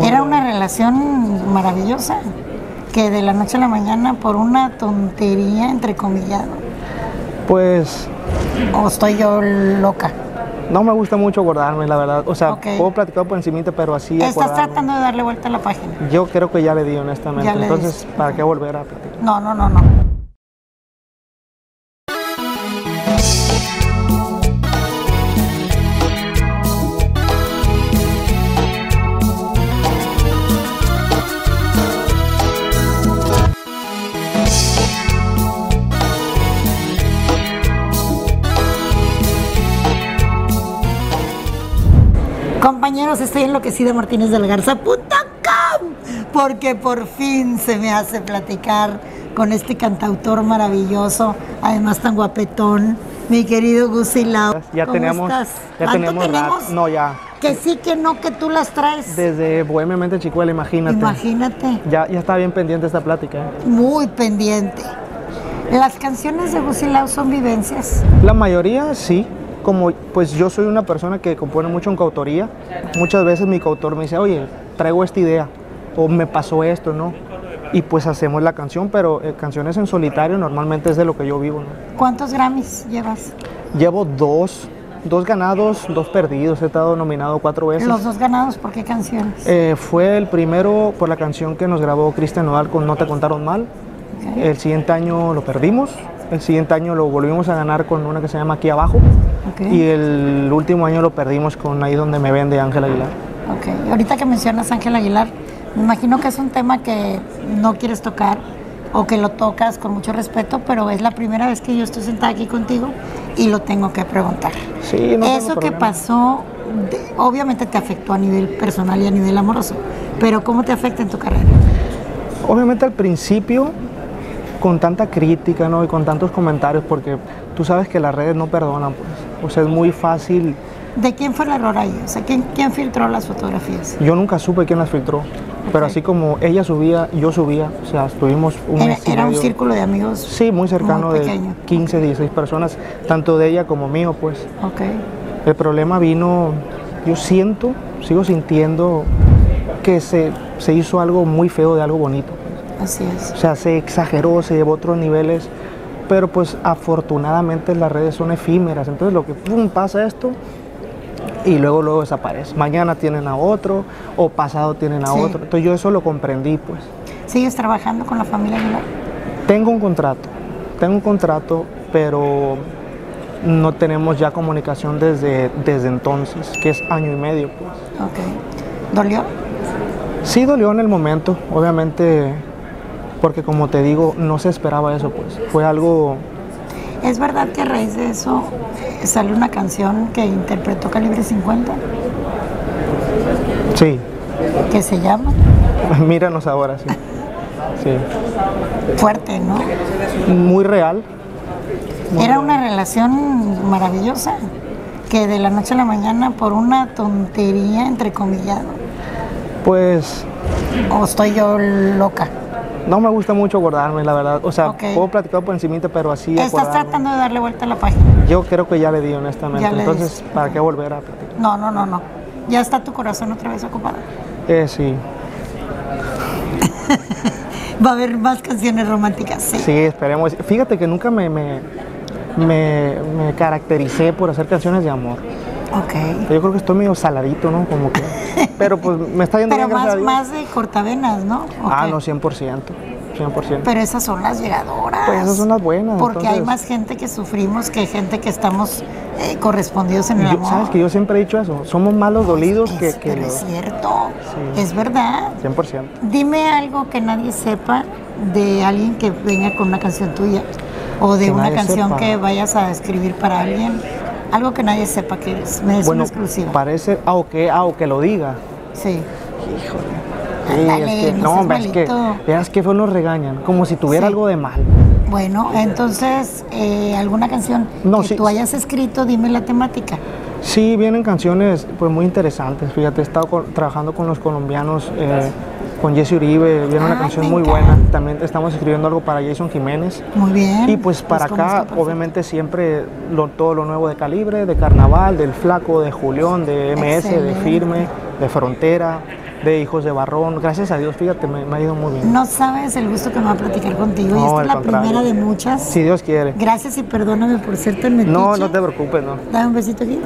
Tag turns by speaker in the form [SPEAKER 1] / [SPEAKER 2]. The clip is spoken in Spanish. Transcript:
[SPEAKER 1] Era una relación maravillosa, que de la noche a la mañana por una tontería, entre comillas,
[SPEAKER 2] Pues
[SPEAKER 1] o estoy yo loca.
[SPEAKER 2] no me gusta mucho guardarme, la verdad. O sea,
[SPEAKER 1] Ok.
[SPEAKER 2] puedo platicar por encimita, pero así
[SPEAKER 1] Estás
[SPEAKER 2] acordarme.
[SPEAKER 1] tratando de darle vuelta a la página.
[SPEAKER 2] Yo creo que ya le di, honestamente.
[SPEAKER 1] Ya le
[SPEAKER 2] Entonces,
[SPEAKER 1] diste.
[SPEAKER 2] ¿para qué volver a platicar?
[SPEAKER 1] No, no, no, no. Compañeros, estoy enloquecida Martínez del Garza.com porque por fin se me hace platicar con este cantautor maravilloso, además tan guapetón, mi querido Gusilao.
[SPEAKER 2] Ya
[SPEAKER 1] ¿Cómo
[SPEAKER 2] tenemos.
[SPEAKER 1] estás?
[SPEAKER 2] Ya
[SPEAKER 1] ¿Cuánto
[SPEAKER 2] tenemos, rato. No, ya.
[SPEAKER 1] Que sí, que no, que tú las traes.
[SPEAKER 2] Desde Bohemia Mente Chicuela, imagínate.
[SPEAKER 1] Imagínate,
[SPEAKER 2] Ya, ya está bien pendiente esta plática. ¿eh?
[SPEAKER 1] muy pendiente. Las canciones de Gusilao son vivencias.
[SPEAKER 2] La mayoría sí. Como pues yo soy una persona que compone mucho en coautoría, muchas veces mi coautor me dice, oye, traigo esta idea o me pasó esto, ¿no? Y pues hacemos la canción, pero eh, canciones en solitario normalmente es de lo que yo vivo, ¿no?
[SPEAKER 1] ¿Cuántos Grammys llevas?
[SPEAKER 2] Llevo dos, dos ganados, dos perdidos, he estado nominado cuatro veces.
[SPEAKER 1] Los dos ganados, ¿por qué canciones?
[SPEAKER 2] Eh, fue el primero por la canción que nos grabó Cristian Nodal con No te contaron mal.
[SPEAKER 1] Ok.
[SPEAKER 2] El siguiente año lo perdimos. El siguiente año lo volvimos a ganar con una que se llama Aquí Abajo.
[SPEAKER 1] Ok.
[SPEAKER 2] Y el último año lo perdimos con Ahí donde me vende Ángel Aguilar.
[SPEAKER 1] Ok, ahorita que mencionas Ángel Aguilar, me imagino que es un tema que no quieres tocar o que lo tocas con mucho respeto, pero es la primera vez que yo estoy sentada aquí contigo y lo tengo que preguntar.
[SPEAKER 2] Sí, no tengo
[SPEAKER 1] Eso que
[SPEAKER 2] problema.
[SPEAKER 1] pasó, de- obviamente te afectó a nivel personal y a nivel amoroso, pero ¿cómo te afecta en tu carrera?
[SPEAKER 2] Obviamente al principio, con tanta crítica ¿no? y con tantos comentarios, porque tú sabes que las redes no perdonan, pues. O sea, es muy fácil.
[SPEAKER 1] ¿De quién fue el error ahí? O sea, ¿quién, quién filtró las fotografías?
[SPEAKER 2] Yo nunca supe quién las filtró. Pero
[SPEAKER 1] Ok.
[SPEAKER 2] así como ella subía, yo subía. O sea, estuvimos un
[SPEAKER 1] Era,
[SPEAKER 2] mes y
[SPEAKER 1] era un
[SPEAKER 2] medio-
[SPEAKER 1] círculo de amigos.
[SPEAKER 2] Sí, muy cercano
[SPEAKER 1] Muy
[SPEAKER 2] de
[SPEAKER 1] pequeño.
[SPEAKER 2] 15, 16 personas, tanto de ella como mío, pues.
[SPEAKER 1] Ok.
[SPEAKER 2] El problema vino, yo siento, sigo sintiendo que se, se hizo algo muy feo de algo bonito.
[SPEAKER 1] Así es.
[SPEAKER 2] O sea, se exageró, se llevó a otros niveles, pero pues afortunadamente las redes son efímeras, entonces lo que pum, pasa esto y luego luego desaparece. Mañana tienen a otro o pasado tienen a
[SPEAKER 1] Sí.
[SPEAKER 2] otro. Entonces yo eso lo comprendí, pues.
[SPEAKER 1] ¿Sigues trabajando con la familia Aguilar?
[SPEAKER 2] Tengo un contrato, tengo un contrato, pero no tenemos ya comunicación desde, desde entonces, que es año y medio. Pues.
[SPEAKER 1] Ok. ¿Dolió?
[SPEAKER 2] Sí dolió en el momento, obviamente, porque como te digo, no se esperaba eso, pues. Fue algo,
[SPEAKER 1] Es verdad que a raíz de eso eh, sale una canción que interpretó Calibre 50,
[SPEAKER 2] sí,
[SPEAKER 1] que se llama
[SPEAKER 2] míranos ahora, sí. Sí,
[SPEAKER 1] Fuerte, ¿no?
[SPEAKER 2] muy real.
[SPEAKER 1] Era una relación maravillosa, que de la noche a la mañana por una tontería, entre comillas,
[SPEAKER 2] Pues
[SPEAKER 1] o estoy yo loca.
[SPEAKER 2] no me gusta mucho guardarme, la verdad. O sea,
[SPEAKER 1] Ok.
[SPEAKER 2] puedo platicar por encimita, pero así
[SPEAKER 1] Estás
[SPEAKER 2] acordarme.
[SPEAKER 1] tratando de darle vuelta a la página.
[SPEAKER 2] Yo creo que ya le di, honestamente.
[SPEAKER 1] Ya le
[SPEAKER 2] entonces,
[SPEAKER 1] diste.
[SPEAKER 2] ¿para qué volver a platicar?
[SPEAKER 1] No, no, no, no. Ya está tu corazón otra vez ocupado.
[SPEAKER 2] Eh, sí.
[SPEAKER 1] Va a haber más canciones románticas, sí.
[SPEAKER 2] Sí, esperemos. Fíjate que nunca me, me, me- me caractericé por hacer canciones de amor.
[SPEAKER 1] Ok.
[SPEAKER 2] Yo creo que estoy medio saladito, ¿no? Como que... Pero pues me está yendo
[SPEAKER 1] Pero
[SPEAKER 2] bien, gracias
[SPEAKER 1] más,
[SPEAKER 2] a
[SPEAKER 1] más
[SPEAKER 2] Dios.
[SPEAKER 1] de cortavenas, ¿no?
[SPEAKER 2] Ah,
[SPEAKER 1] Ok.
[SPEAKER 2] no, 100%. 100%.
[SPEAKER 1] Pero esas son las llegadoras.
[SPEAKER 2] Pues esas son las buenas,
[SPEAKER 1] Porque hay
[SPEAKER 2] entonces-
[SPEAKER 1] más gente que sufrimos que gente que estamos eh, correspondidos en el
[SPEAKER 2] Yo-
[SPEAKER 1] amor.
[SPEAKER 2] Sabes que yo siempre he dicho eso. Somos más los dolidos que,
[SPEAKER 1] Es-
[SPEAKER 2] que
[SPEAKER 1] pero
[SPEAKER 2] los...
[SPEAKER 1] es cierto,
[SPEAKER 2] Sí.
[SPEAKER 1] es verdad.
[SPEAKER 2] 100%.
[SPEAKER 1] Dime algo que nadie sepa de alguien que venga con una canción tuya o de
[SPEAKER 2] Que
[SPEAKER 1] una
[SPEAKER 2] nadie
[SPEAKER 1] canción
[SPEAKER 2] sepa.
[SPEAKER 1] que vayas a escribir para alguien. Algo que nadie sepa que eres. Me des
[SPEAKER 2] bueno,
[SPEAKER 1] una exclusiva.
[SPEAKER 2] parece... Ah, o que, ah, o que lo diga.
[SPEAKER 1] sí.
[SPEAKER 2] Sí,
[SPEAKER 1] Ándale,
[SPEAKER 2] es que,
[SPEAKER 1] no
[SPEAKER 2] no,
[SPEAKER 1] seas
[SPEAKER 2] hombre, es que,
[SPEAKER 1] malito.
[SPEAKER 2] verás que feo nos regañan, como si tuviera
[SPEAKER 1] Sí.
[SPEAKER 2] algo de mal.
[SPEAKER 1] Bueno, entonces, eh, alguna canción
[SPEAKER 2] No,
[SPEAKER 1] que
[SPEAKER 2] sí,
[SPEAKER 1] tú
[SPEAKER 2] sí.
[SPEAKER 1] hayas escrito, dime la temática.
[SPEAKER 2] Sí, vienen canciones pues muy interesantes. Fíjate, he estado co- trabajando con los colombianos, eh, con Jesse Uribe, viene
[SPEAKER 1] Ay,
[SPEAKER 2] una canción
[SPEAKER 1] me
[SPEAKER 2] muy
[SPEAKER 1] encanta.
[SPEAKER 2] buena. También estamos escribiendo algo para Jason Jiménez.
[SPEAKER 1] Muy bien.
[SPEAKER 2] Y pues para
[SPEAKER 1] Los conozco
[SPEAKER 2] acá,
[SPEAKER 1] perfecto.
[SPEAKER 2] obviamente, siempre lo- todo lo nuevo de Calibre, de Carnaval, del Flaco, de Julián, de MS, de
[SPEAKER 1] Excelente.
[SPEAKER 2] Firme, de Frontera, de Hijos de Barrón. Gracias a Dios, fíjate, me, me ha ido muy bien.
[SPEAKER 1] No sabes el gusto que me va a platicar contigo
[SPEAKER 2] No,
[SPEAKER 1] y esta
[SPEAKER 2] al
[SPEAKER 1] es la
[SPEAKER 2] contrario.
[SPEAKER 1] primera de muchas.
[SPEAKER 2] Si Dios quiere.
[SPEAKER 1] Gracias y perdóname por ser tan metiche.
[SPEAKER 2] No, no te preocupes, no.
[SPEAKER 1] Dame un besito aquí.